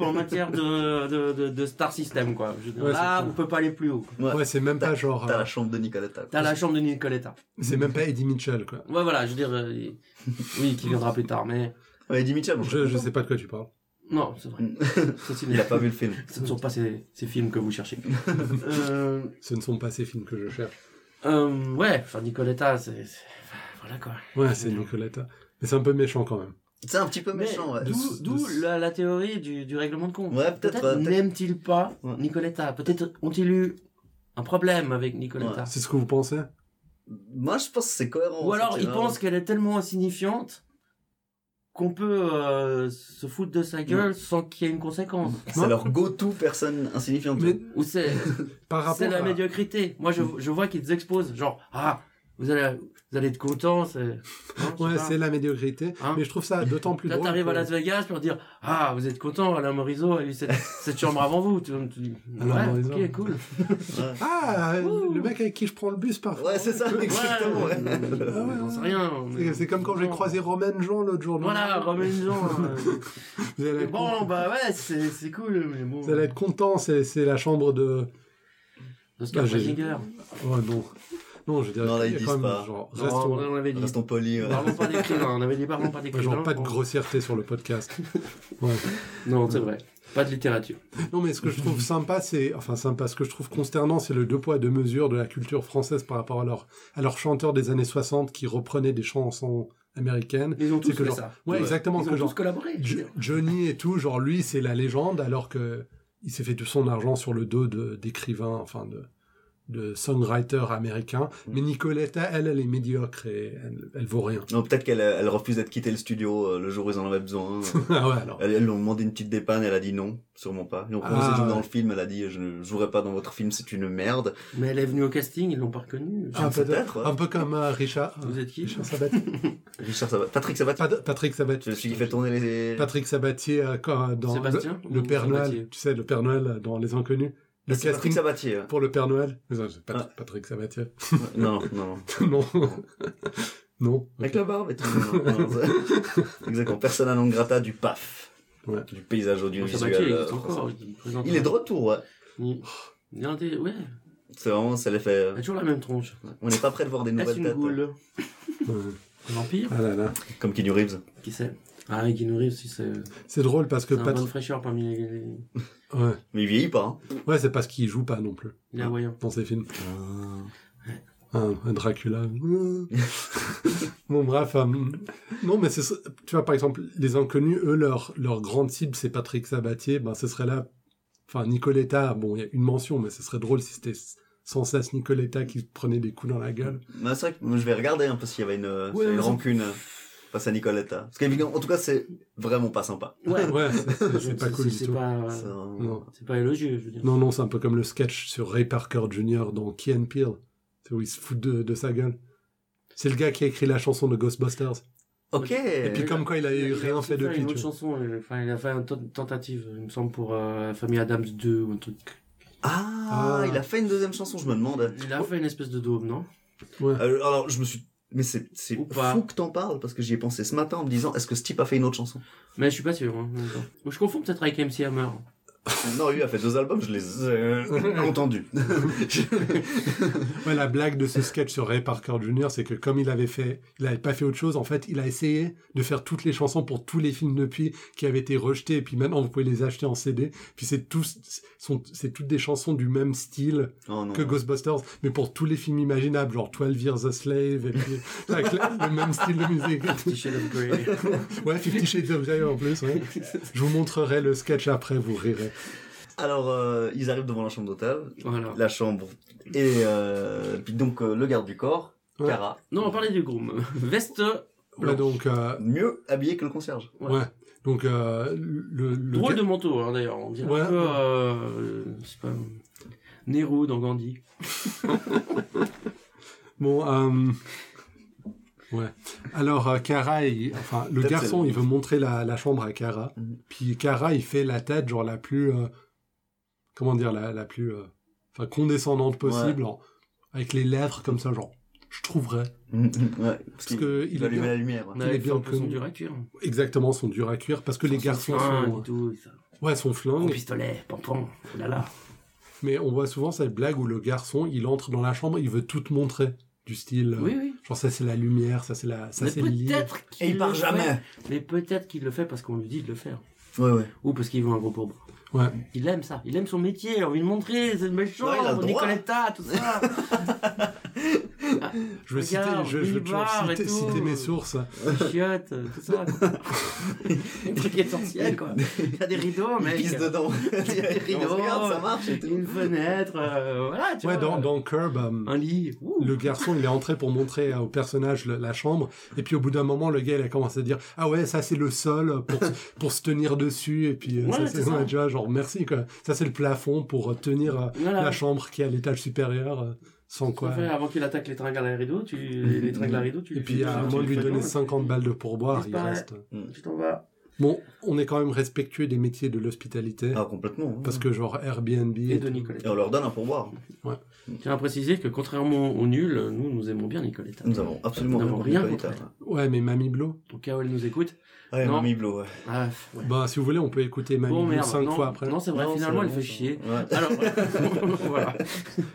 Speaker 3: en matière de, de, de, de star system quoi. Je veux dire,
Speaker 1: Ouais, c'est
Speaker 3: là
Speaker 1: cool.
Speaker 3: on peut pas aller plus haut. quoi.
Speaker 2: Ouais.
Speaker 1: Ouais, c'est même pas genre,
Speaker 2: T'as
Speaker 1: euh,
Speaker 2: la chambre de Nicoletta. quoi.
Speaker 3: T'as la chambre de Nicoletta.
Speaker 1: c'est même pas Eddie Mitchell quoi.
Speaker 3: Ouais voilà, je veux dire, euh, il- oui qui viendra plus tard, mais
Speaker 2: Ouais, Eddie Mitchell, bon,
Speaker 1: Je, je sais pas de quoi tu parles.
Speaker 3: non c'est vrai. Ce, ce n'est-
Speaker 2: il a pas vu le film.
Speaker 3: ce ne sont pas ces, ces films que vous cherchez. euh,
Speaker 1: Ce ne sont pas ces films que je cherche.
Speaker 3: euh, ouais, enfin Nicoletta, c'est c'est- voilà quoi.
Speaker 1: Ouais, c'est Nicoletta. Mais c'est un peu méchant quand même.
Speaker 2: C'est un petit peu
Speaker 3: Mais
Speaker 2: méchant, ouais.
Speaker 1: de
Speaker 3: D'où
Speaker 1: ce-
Speaker 3: d'où
Speaker 1: de ce-
Speaker 3: la, la théorie du, du règlement de compte.
Speaker 2: Ouais, peut-être, ouais, peut-être.
Speaker 3: n'aiment-ils pas
Speaker 2: Ouais.
Speaker 3: Nicoletta. Peut-être ont-ils eu un problème avec Nicoletta.
Speaker 1: C'est ce que vous pensez
Speaker 2: Moi, je pense que c'est cohérent.
Speaker 3: Ou alors
Speaker 2: cette
Speaker 3: ils
Speaker 2: erreur.
Speaker 3: pensent qu'elle est tellement insignifiante qu'on peut euh, se foutre de sa
Speaker 1: Mm.
Speaker 3: gueule sans qu'il y ait une conséquence.
Speaker 1: Non.
Speaker 2: C'est leur go-to personne insignifiante.
Speaker 1: Mais
Speaker 3: Ou c'est
Speaker 1: par rapport
Speaker 3: c'est la
Speaker 1: à... Mm.
Speaker 3: médiocrité. Moi je, je vois qu'ils exposent genre ah vous allez vous allez être content c'est hein, je sais
Speaker 1: Ouais,
Speaker 3: pas.
Speaker 1: c'est la médiocrité.
Speaker 3: Hein
Speaker 1: mais je trouve ça d'autant plus
Speaker 3: Là,
Speaker 1: drôle.
Speaker 3: t'arrives
Speaker 1: que-
Speaker 3: à Las Vegas pour dire Ah, vous êtes content, Alain Morisot a eu cette, cette chambre avant vous. Tu, tu dis,
Speaker 1: Alain
Speaker 3: ouais,
Speaker 1: Morisot.
Speaker 3: ok, cool.
Speaker 2: Ouais,
Speaker 1: Ah, euh,
Speaker 3: Ouh.
Speaker 1: le mec avec qui je prends le bus parfois.
Speaker 2: Ouais, c'est ça, exactement.
Speaker 3: Ouais,
Speaker 2: ouais.
Speaker 1: Ah ouais,
Speaker 3: on
Speaker 1: ouais.
Speaker 3: sait rien. on
Speaker 1: C'est-
Speaker 3: est-
Speaker 1: C'est comme quand j'ai croisé Romain Jean l'autre jour.
Speaker 3: Voilà, Romain Jean. euh,
Speaker 1: Vous allez être,
Speaker 3: bon, bah ouais, c'est c'est cool, mais bon.
Speaker 1: vous allez être content, c'est c'est la chambre de...
Speaker 3: Oscar
Speaker 1: Bah, j'ai-
Speaker 3: Schwarzenegger.
Speaker 1: Ouais, non. Non, je dirais...
Speaker 2: Non, là,
Speaker 1: il y
Speaker 2: ils
Speaker 1: a
Speaker 2: disent
Speaker 1: quand même,
Speaker 2: pas.
Speaker 1: Genre,
Speaker 3: Non,
Speaker 1: restons-
Speaker 3: on l'avait dit.
Speaker 2: Restons polis. ouais.
Speaker 3: Parlons pas d'écrivain, on avait dit parlons pas
Speaker 1: ouais,
Speaker 3: d'écrivain.
Speaker 1: genre pas de
Speaker 3: on-
Speaker 1: grossièreté sur le podcast. Ouais.
Speaker 3: Non, c'est vrai. Pas de littérature.
Speaker 1: Non, mais ce que je trouve sympa, c'est. Enfin, sympa. Ce que je trouve consternant, c'est le deux poids, deux mesures de la culture française par rapport à leurs à leurs chanteurs des années 60 qui reprenaient des chansons américaines.
Speaker 3: Ils ont tous
Speaker 1: C'est que
Speaker 3: fait
Speaker 1: genre-
Speaker 3: ça.
Speaker 1: Ouais,
Speaker 2: Ouais.
Speaker 1: exactement.
Speaker 3: Ils
Speaker 1: que
Speaker 3: ont
Speaker 1: genre,
Speaker 3: tous collaboré. je veux
Speaker 1: Jo-
Speaker 3: dire.
Speaker 1: Johnny et tout, genre, lui, c'est la légende, alors que il s'est fait tout son argent sur le dos de- d'écrivains, enfin, de, de songwriters américains.
Speaker 2: Mm.
Speaker 1: Mais Nicoletta, elle, elle est médiocre et elle, elle vaut rien.
Speaker 2: Non, peut-être qu'elle elle refuse d'être quitter le studio euh, le jour où ils en avaient besoin.
Speaker 1: ah ouais, alors.
Speaker 2: Elle, elles lui ont demandé une petite dépanne, elle a dit non, sûrement pas. Ils ont
Speaker 1: Ah,
Speaker 2: proposé de jouer dans
Speaker 1: ouais.
Speaker 2: le film, elle a dit je ne jouerai pas dans votre film, c'est une merde.
Speaker 3: Mais elle est venue au casting, ils l'ont pas reconnue.
Speaker 1: Ah,
Speaker 2: peut-être,
Speaker 1: peut-être.
Speaker 2: ouais.
Speaker 1: Un peu comme euh, Richard.
Speaker 3: Vous êtes qui
Speaker 1: Richard Sabat.
Speaker 2: Richard Sabat, Patrick Sabat,
Speaker 1: Pat- Patrick Sabat.
Speaker 2: c'est celui qui fait tourner les.
Speaker 1: Patrick Sabatier euh, quand, euh, dans
Speaker 3: Sébastien
Speaker 1: le, le
Speaker 3: ou
Speaker 1: Père
Speaker 3: Sabatier
Speaker 1: Noël, tu sais, le Père Noël euh, dans Les Inconnus. Le
Speaker 2: C'est Patrick
Speaker 1: casting
Speaker 2: Sabatier. ouais.
Speaker 1: pour le Père Noël. Mais non, c'est pas
Speaker 2: Ah.
Speaker 1: Patrick Sabatier.
Speaker 2: non, non. non.
Speaker 1: non.
Speaker 3: Ah.
Speaker 1: non.
Speaker 2: Avec la barbe et tout. Non, non, non, c'est- Exactement. Persona non grata du PAF.
Speaker 1: Ouais.
Speaker 2: Du paysage
Speaker 3: Sabatier,
Speaker 2: audiovisuel.
Speaker 3: il
Speaker 2: euh,
Speaker 3: existe
Speaker 2: français.
Speaker 3: encore. hein. Il présente-
Speaker 2: Il est de retour, ouais.
Speaker 3: Il- il a un des- Ouais,
Speaker 2: C'est vraiment, ça les fait. euh,
Speaker 3: il a toujours la même tronche.
Speaker 2: On n'est pas prêt de voir des
Speaker 3: Est-ce
Speaker 2: nouvelles
Speaker 3: une
Speaker 2: têtes. euh,
Speaker 3: goule
Speaker 1: Ouais.
Speaker 3: Un vampire
Speaker 1: Ah là là.
Speaker 2: Comme Keanu Reeves.
Speaker 3: Qui sait Ah, et qui nourrit aussi, c'est
Speaker 1: C'est drôle parce que
Speaker 3: c'est un bain de
Speaker 1: Patrick.
Speaker 3: fraîcheur parmi les, les,
Speaker 1: Ouais,
Speaker 2: Mais il vieillit pas, hein.
Speaker 1: ouais c'est parce qu'il joue pas non plus
Speaker 3: les Hawaïens.
Speaker 1: dans ses films. Ah. Un, un Dracula. bon, bref. euh, non, mais c'est- tu vois, par exemple, les inconnus, eux, leur, leur grande cible, c'est Patrick Sabatier. Ben, ce serait là. Enfin, Nicoletta, bon, il y a une mention, mais ce serait drôle si c'était sans cesse Nicoletta qui prenait des coups dans la gueule.
Speaker 2: Mais Bah, c'est vrai que je vais regarder un peu s'il y avait une, euh,
Speaker 1: Ouais,
Speaker 2: une
Speaker 1: ouais,
Speaker 2: rancune euh, face à Nicoletta. Parce qu'évidemment, en tout cas, c'est vraiment pas sympa.
Speaker 3: Ouais,
Speaker 1: Ouais, c'est- c'est c'est pas cool du
Speaker 3: C'est
Speaker 1: tout.
Speaker 3: pas,
Speaker 2: C'est
Speaker 3: euh,
Speaker 2: vraiment-
Speaker 1: Non.
Speaker 3: c'est pas élogieux, je veux dire.
Speaker 1: non, non, c'est un peu comme le sketch sur Ray Parker Jr. dans Key and Peele. C'est où il se fout de, de sa gueule. C'est le gars qui a écrit la chanson de Ghostbusters.
Speaker 2: Ok.
Speaker 1: Et puis,
Speaker 3: il
Speaker 1: comme
Speaker 3: a-
Speaker 1: quoi, il a eu rien fait
Speaker 3: aussi
Speaker 1: depuis.
Speaker 3: une
Speaker 1: tu
Speaker 3: autre
Speaker 1: vois.
Speaker 3: chanson, euh, enfin, il a fait une to- tentative, il me semble, pour euh, Famille Adams 2 ou un truc.
Speaker 2: Ah,
Speaker 1: Ah.
Speaker 2: il a fait une deuxième chanson, je me demande.
Speaker 3: Il a fait une espèce de dôme, non
Speaker 2: Euh, alors, je me suis. Mais c'est c'est
Speaker 3: Ou pas.
Speaker 2: fou que t'en parles parce que j'y ai pensé ce matin en me disant est-ce que ce type a fait une autre chanson
Speaker 3: Mais je suis pas sûr. Hein, en même temps. Ou je confonds peut-être avec MC Hammer.
Speaker 2: Non, lui a fait deux albums, je les ai entendus.
Speaker 1: Ouais, la blague de ce sketch sur Ray Parker Jr., c'est que comme il avait fait, il avait pas fait autre chose, en fait, il a essayé de faire toutes les chansons pour tous les films depuis qui avaient été rejetés, et puis maintenant vous pouvez les acheter en CD. Puis c'est tous, sont, c'est toutes des chansons du même style
Speaker 2: Oh non.
Speaker 1: que Ghostbusters, mais pour tous les films imaginables, genre 12 Years a Slave, et puis avec la- le même style de musique.
Speaker 3: Petit Shade of Grey.
Speaker 1: Ouais, Fifty Shades of Grey en plus, ouais. Je vous montrerai le sketch après, vous rirez.
Speaker 2: Alors, euh, ils arrivent devant la chambre d'hôtel,
Speaker 3: Voilà.
Speaker 2: la chambre, et euh, puis donc euh, le garde du corps,
Speaker 1: Ouais.
Speaker 2: Cara,
Speaker 3: Non, on parlait du groom. Veste
Speaker 1: Ouais, donc, euh,
Speaker 2: mieux habillé que le concierge.
Speaker 1: ouais. Donc, euh, le, le
Speaker 3: Drôle
Speaker 1: gars-
Speaker 3: de manteau, hein, d'ailleurs. On dirait
Speaker 1: Ouais.
Speaker 3: un peu, euh, je sais pas, Nero dans Gandhi.
Speaker 1: Bon, euh, Ouais. Alors, euh, Cara, il- enfin, le
Speaker 2: Peut-être
Speaker 1: garçon,
Speaker 2: c'est-
Speaker 1: il veut montrer la, la chambre à Cara.
Speaker 2: Mhm.
Speaker 1: Puis Cara, il fait la tête, genre, la plus. euh, comment dire, la, la plus. euh, Enfin, condescendante possible, en- avec les lèvres comme ça, genre. Je trouverais.
Speaker 2: ouais, parce
Speaker 1: Parce
Speaker 2: qu'il
Speaker 1: que il
Speaker 2: il va
Speaker 1: est
Speaker 2: allumer
Speaker 1: bien-
Speaker 2: la lumière. ouais.
Speaker 3: On avait
Speaker 1: est
Speaker 3: fait
Speaker 1: bien
Speaker 3: un peu son
Speaker 1: connu.
Speaker 3: dur à cuire.
Speaker 1: exactement son dur à cuire parce que les
Speaker 3: Son
Speaker 1: garçons
Speaker 3: flingue
Speaker 1: sont,
Speaker 3: et tout, et ça.
Speaker 1: ouais, sont
Speaker 3: Son
Speaker 1: flingues.
Speaker 3: pistolet, pompon, oh là.
Speaker 1: Mais on voit souvent cette blague où le garçon, il entre dans la chambre, il veut tout te montrer. Du style. euh,
Speaker 3: Oui, oui.
Speaker 1: Genre, ça c'est la lumière, ça c'est la, ça
Speaker 3: mais
Speaker 1: c'est le lit.
Speaker 3: peut-être qu'il
Speaker 2: Et il part
Speaker 3: le
Speaker 2: jamais.
Speaker 3: fait. Mais peut-être qu'il le fait parce qu'on lui dit de le faire.
Speaker 2: Ouais, ouais.
Speaker 3: Ou parce qu'il veut un gros pauvre.
Speaker 1: Ouais.
Speaker 3: Il aime ça. Il aime son métier. Il a envie de montrer. C'est une belle chambre.
Speaker 2: Ouais, il a le droit.
Speaker 3: Nicoletta, tout ça.
Speaker 1: Je vais citer,
Speaker 3: Regarde,
Speaker 1: je, je vais toujours
Speaker 3: Boulevard et
Speaker 1: citer,
Speaker 3: tout.
Speaker 1: citer mes sources.
Speaker 3: Les chiottes, euh, tout ça. quoi. un truc essentiel, quoi. Il y a des rideaux,
Speaker 2: Il
Speaker 3: mec.
Speaker 2: glisse dedans. il y a des rideaux. Regarde, ça marche et tout.
Speaker 3: Une fenêtre. euh, voilà, tu
Speaker 1: Ouais,
Speaker 3: vois.
Speaker 1: dans, dans Curb, euh,
Speaker 3: Un lit. Ouh.
Speaker 1: le garçon, il est entré pour montrer euh, au personnage le- la chambre. Et puis au bout d'un moment, le gars, il a commencé à dire Ah ouais, ça c'est le sol pour, se- pour se tenir dessus. Et puis euh,
Speaker 3: Ouais,
Speaker 1: ça,
Speaker 3: c'est
Speaker 1: c'est
Speaker 3: ça.
Speaker 1: ouais, tu vois, genre merci quoi. Ça c'est le plafond pour euh, tenir euh,
Speaker 3: Voilà.
Speaker 1: la chambre qui est à l'étage supérieur. euh, sans
Speaker 3: Tout à
Speaker 1: quoi.
Speaker 3: fait, avant qu'il attaque les tringues à la rideau, tu les tringues à la rideau, tu
Speaker 1: Et puis
Speaker 3: tu-
Speaker 1: à
Speaker 3: tu-
Speaker 1: moins de
Speaker 3: tu-
Speaker 1: lui
Speaker 3: tu-
Speaker 1: donner
Speaker 3: tu-
Speaker 1: 50 balles de pourboire, il
Speaker 3: Disparaît.
Speaker 1: reste. euh,
Speaker 3: Tu t'en vas.
Speaker 1: Bon, on est quand même respectueux des métiers de l'hospitalité.
Speaker 2: Ah, complètement. ouais.
Speaker 1: Parce que genre Airbnb.
Speaker 3: Et de
Speaker 2: Et
Speaker 3: Nicoletta.
Speaker 2: on leur donne un pourboire.
Speaker 3: Je tiens à préciser que contrairement aux nuls, nous, nous aimons bien Nicoletta.
Speaker 2: Nous avons absolument
Speaker 3: Nous n'avons rien
Speaker 2: compris,
Speaker 3: contre
Speaker 2: Nicoletta.
Speaker 1: Ouais, mais Mamie Blo.
Speaker 3: Au cas où elle nous écoute.
Speaker 2: Ouais,
Speaker 3: Non.
Speaker 2: Mamie Blo, ouais.
Speaker 3: Ah, ouais.
Speaker 1: Bah, si vous voulez, on peut écouter Mamie
Speaker 3: Bon,
Speaker 1: Blue
Speaker 3: merde.
Speaker 1: cinq
Speaker 3: non,
Speaker 1: fois après.
Speaker 3: Non, c'est vrai,
Speaker 2: Non,
Speaker 3: finalement,
Speaker 2: c'est
Speaker 3: elle fait
Speaker 2: bon, ça.
Speaker 3: chier.
Speaker 2: Ouais.
Speaker 3: Alors, voilà.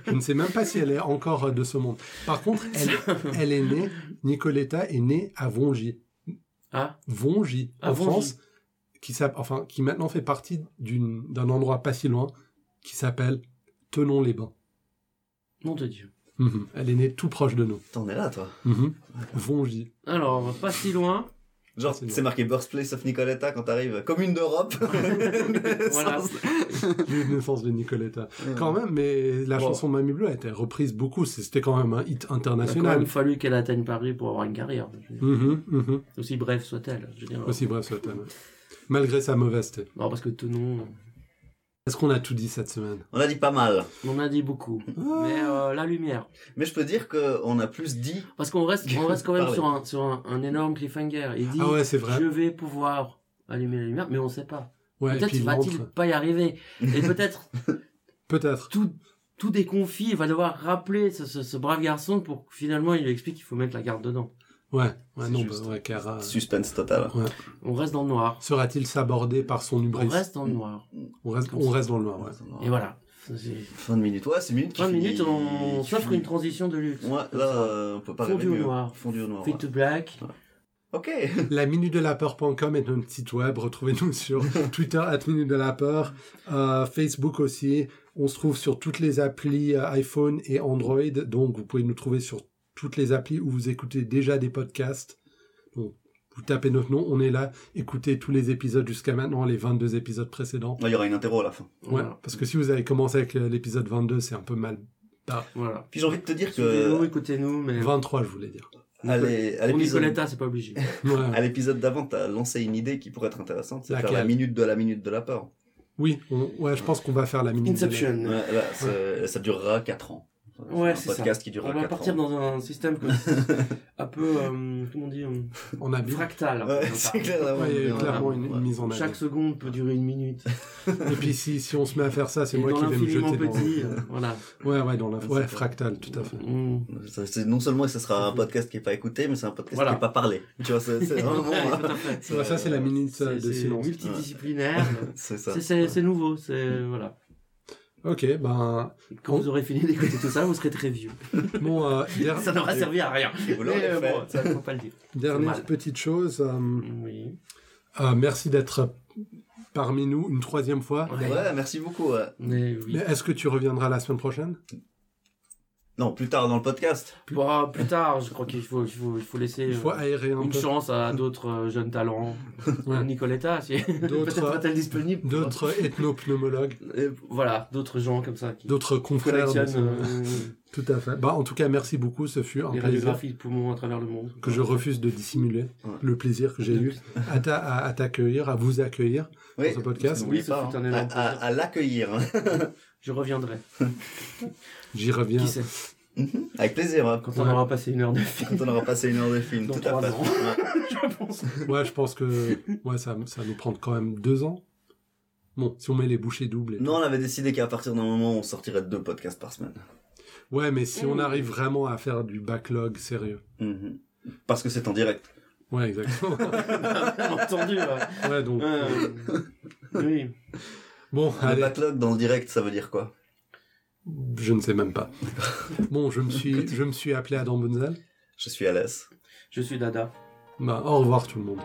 Speaker 1: Je ne sais même pas si elle est encore euh, de ce monde. Par contre, elle, elle est née, Nicoletta est née à Vongy.
Speaker 3: Ah.
Speaker 1: Vongy,
Speaker 3: À
Speaker 1: en
Speaker 3: Vongy.
Speaker 1: France, qui, s'app- enfin, qui maintenant fait partie d'une- d'un endroit pas si loin, qui s'appelle Tenon les Bains.
Speaker 3: Nom de Dieu.
Speaker 1: Mhm. Elle est née tout proche de nous.
Speaker 2: T'en es là, toi.
Speaker 1: Mhm. Vongy.
Speaker 3: Alors, pas si loin.
Speaker 2: Genre,
Speaker 1: C'est
Speaker 2: c'est marqué Birthplace of Nicoletta quand t'arrives. Commune d'Europe.
Speaker 3: Voilà.
Speaker 1: Lieu de naissance de Nicoletta. Quand même, mais la
Speaker 2: Wow.
Speaker 1: chanson Mamie Bleu a été reprise beaucoup. C'est- C'était quand même un hit
Speaker 3: Il a quand
Speaker 1: international.
Speaker 3: même fallu qu'elle atteigne Paris pour avoir une carrière. Je veux dire.
Speaker 1: Mhm, mhm.
Speaker 3: Aussi bref soit-elle. Je veux dire.
Speaker 1: Aussi bref soit-elle. Malgré sa mauvaiseté.
Speaker 3: Non, parce que Tenon,
Speaker 1: Est-ce qu'on a tout dit cette semaine
Speaker 2: On a dit pas mal.
Speaker 3: on en a dit beaucoup.
Speaker 2: Ah.
Speaker 3: Mais euh, la lumière.
Speaker 2: Mais je peux dire qu'on a plus dit.
Speaker 3: Parce qu'on reste, on reste quand même
Speaker 2: Parlez.
Speaker 3: sur un, sur un, un énorme cliffhanger. Il dit,
Speaker 1: Ah ouais, c'est vrai.
Speaker 3: je vais pouvoir allumer la lumière, mais on sait pas.
Speaker 1: Ouais, et
Speaker 3: peut-être
Speaker 1: puis il
Speaker 3: va-t-il
Speaker 1: rentre.
Speaker 3: pas y arriver. Et peut-être
Speaker 1: Peut-être.
Speaker 3: tout, tout déconfit, il va devoir rappeler ce, ce- ce brave garçon pour que finalement il lui explique qu'il faut mettre la garde dedans.
Speaker 1: Ouais. Ouais,
Speaker 2: C'est
Speaker 1: non,
Speaker 2: juste.
Speaker 1: bah, ouais, Cara.
Speaker 2: Suspense total.
Speaker 3: On reste dans le noir.
Speaker 1: Sera-t-il sabordé par son
Speaker 3: On
Speaker 1: hubris
Speaker 3: reste dans le noir.
Speaker 1: on reste, on reste dans le noir, ouais.
Speaker 3: Et voilà. C'est-
Speaker 2: Fin de minute. Ouais, c'est une minute qui
Speaker 3: Fin de
Speaker 2: finit-
Speaker 3: minutes, on
Speaker 2: qui
Speaker 3: s'offre
Speaker 2: finit.
Speaker 3: une transition de luxe.
Speaker 2: Ouais, là, euh, on peut pas
Speaker 3: Fondu
Speaker 2: rêver
Speaker 3: au
Speaker 2: mieux.
Speaker 3: noir.
Speaker 2: Fondu au noir.
Speaker 3: Fit
Speaker 2: ouais.
Speaker 3: to black.
Speaker 2: Ok.
Speaker 1: La minute de la peur.com est notre site web. Retrouvez-nous sur Twitter, at minute de la peur, euh, Facebook aussi. On se trouve sur toutes les applis euh, iPhone et Android. Donc, vous pouvez nous trouver sur toutes les applis où vous écoutez déjà des podcasts. Donc, vous tapez notre nom, on est là. Écoutez tous les épisodes jusqu'à maintenant, les 22 épisodes précédents.
Speaker 2: Ouais, Il y aura une interro à la fin.
Speaker 1: Ouais,
Speaker 3: Voilà.
Speaker 1: parce que si vous avez commencé avec euh, l'épisode 22, c'est un peu mal.
Speaker 3: voilà.
Speaker 2: Puis j'ai envie de te dire
Speaker 3: Suivez-nous,
Speaker 2: que
Speaker 3: écoutez-nous, mais
Speaker 1: 23, je voulais dire.
Speaker 2: à l'é- à
Speaker 3: pour
Speaker 2: l'épisode
Speaker 3: Nicoletta, c'est pas obligé.
Speaker 1: Ouais.
Speaker 2: à l'épisode d'avant, t'as lancé une idée qui pourrait être intéressante, c'est de faire
Speaker 1: Laquelle
Speaker 2: la minute de la minute de la peur.
Speaker 1: Oui, on- ouais, je pense qu'on va faire la minute. de la-
Speaker 3: Inception.
Speaker 2: Ouais, là, c'est- ça durera 4 ans.
Speaker 3: Ouais,
Speaker 2: c'est
Speaker 3: c'est
Speaker 2: un
Speaker 3: ça.
Speaker 2: podcast qui durera
Speaker 3: On va
Speaker 2: 4
Speaker 3: partir
Speaker 2: ans.
Speaker 3: dans un système que- un peu, euh, comment on dit, euh,
Speaker 1: On a bien.
Speaker 3: fractal. un peu,
Speaker 2: Ouais,
Speaker 3: comme ça.
Speaker 2: c'est clair, là,
Speaker 1: Ouais, il y a
Speaker 2: on-
Speaker 1: clairement une,
Speaker 2: ouais.
Speaker 1: une mise en avant.
Speaker 3: Chaque seconde peut durer une minute.
Speaker 1: Et puis si, si on se met à faire ça, c'est
Speaker 3: Et
Speaker 1: moi
Speaker 3: dans
Speaker 1: qui vais me
Speaker 3: l'infiniment
Speaker 1: jeter
Speaker 3: petit, euh, voilà.
Speaker 1: dans. Ouais, ouais, dans la.
Speaker 2: Ouais,
Speaker 1: Ouais,
Speaker 2: c'est ça.
Speaker 1: fractal, tout à fait.
Speaker 3: Mm.
Speaker 2: Ça, c'est- non seulement ce sera un podcast qui est pas écouté, mais c'est un podcast
Speaker 3: Voilà.
Speaker 2: qui est pas parlé. Tu vois, c'est c'est vraiment.
Speaker 3: Ouais,
Speaker 2: hein,
Speaker 3: tout à fait.
Speaker 1: Ouais, ça, c'est la minute euh,
Speaker 3: C'est
Speaker 1: de
Speaker 3: c'est
Speaker 1: silence.
Speaker 3: multidisciplinaire.
Speaker 2: C'est ça. Mm.
Speaker 3: C'est- C'est c'est nouveau. C'est voilà.
Speaker 1: Ok, ben.
Speaker 3: Quand vous aurez fini d'écouter tout ça, vous serez très vieux. Ah,
Speaker 1: Bon, euh, der-
Speaker 3: Ça n'aura servi à rien.
Speaker 2: Et vous l'aurez
Speaker 3: Mais, euh,
Speaker 2: fait.
Speaker 3: bon, ça, faut pas le dire.
Speaker 1: dernière
Speaker 3: mal.
Speaker 1: petite chose. euh,
Speaker 3: Oui.
Speaker 1: euh, merci d'être parmi nous une troisième fois.
Speaker 3: Ouais.
Speaker 2: Ouais, merci beaucoup. ouais.
Speaker 3: Mais oui.
Speaker 1: Mais est-ce que tu reviendras la semaine prochaine
Speaker 2: Non, plus tard dans le podcast.
Speaker 3: Bon, plus tard, je crois qu'il faut, il faut, il faut laisser
Speaker 1: Il faut
Speaker 3: euh,
Speaker 1: aérer un
Speaker 3: une
Speaker 1: peu.
Speaker 3: chance à d'autres euh, jeunes talents.
Speaker 1: Ouais.
Speaker 3: Nicoletta, si.
Speaker 1: D'autres-
Speaker 3: Peut-être pas-t-elle disponible.
Speaker 1: D'autres ethnopneumologues,
Speaker 3: Et Euh, voilà, d'autres gens comme ça qui
Speaker 1: d'autres confrères. de ce-
Speaker 3: collectionnent euh,
Speaker 1: Tout à fait. Bah, en tout cas, merci beaucoup. Ce fut un
Speaker 3: les
Speaker 1: plaisir
Speaker 3: radiographies de poumons à travers le monde.
Speaker 1: que je refuse de dissimuler.
Speaker 2: Ouais.
Speaker 1: Le plaisir que j'ai eu à ta- à- à t'accueillir, à vous accueillir.
Speaker 2: Oui,
Speaker 1: Dans ce podcast.
Speaker 2: n'oubliez
Speaker 3: Oui, ce
Speaker 2: pas,
Speaker 3: fut
Speaker 2: hein,
Speaker 3: un énorme
Speaker 2: à, à-
Speaker 3: plaisir.
Speaker 2: à l'accueillir. hein.
Speaker 3: Je reviendrai.
Speaker 1: J'y reviens.
Speaker 3: Qui sait
Speaker 2: Mhm, Avec plaisir, hein.
Speaker 3: Quand on aura passé une heure de film,
Speaker 2: quand on aura passé une heure de film.
Speaker 3: Dans
Speaker 2: Tout à
Speaker 3: trois
Speaker 2: fait.
Speaker 3: ans.
Speaker 2: Ouais.
Speaker 3: je pense.
Speaker 1: Ouais, je pense que ouais, ça, ça va nous prendre quand même deux ans. Bon, si on met les bouchées doubles. et
Speaker 2: Non, on avait décidé qu'à partir d'un moment, on sortirait deux podcasts par semaine.
Speaker 1: tout. Ouais, mais si on
Speaker 3: Mm.
Speaker 1: arrive vraiment à faire du backlog sérieux.
Speaker 2: Mhm. Parce que c'est en direct.
Speaker 1: Ouais, exactement.
Speaker 3: Bien entendu, ouais.
Speaker 1: ouais, donc.
Speaker 3: Euh, oui.
Speaker 1: Bon,
Speaker 2: Le
Speaker 1: allez.
Speaker 2: backlog dans le direct, ça veut dire quoi
Speaker 1: Je ne sais même pas. Bon, je me suis, je me suis appelé Adam Bonzel.
Speaker 2: Je suis à l'aise.
Speaker 3: Je suis Dada.
Speaker 1: Bah, au revoir tout le monde.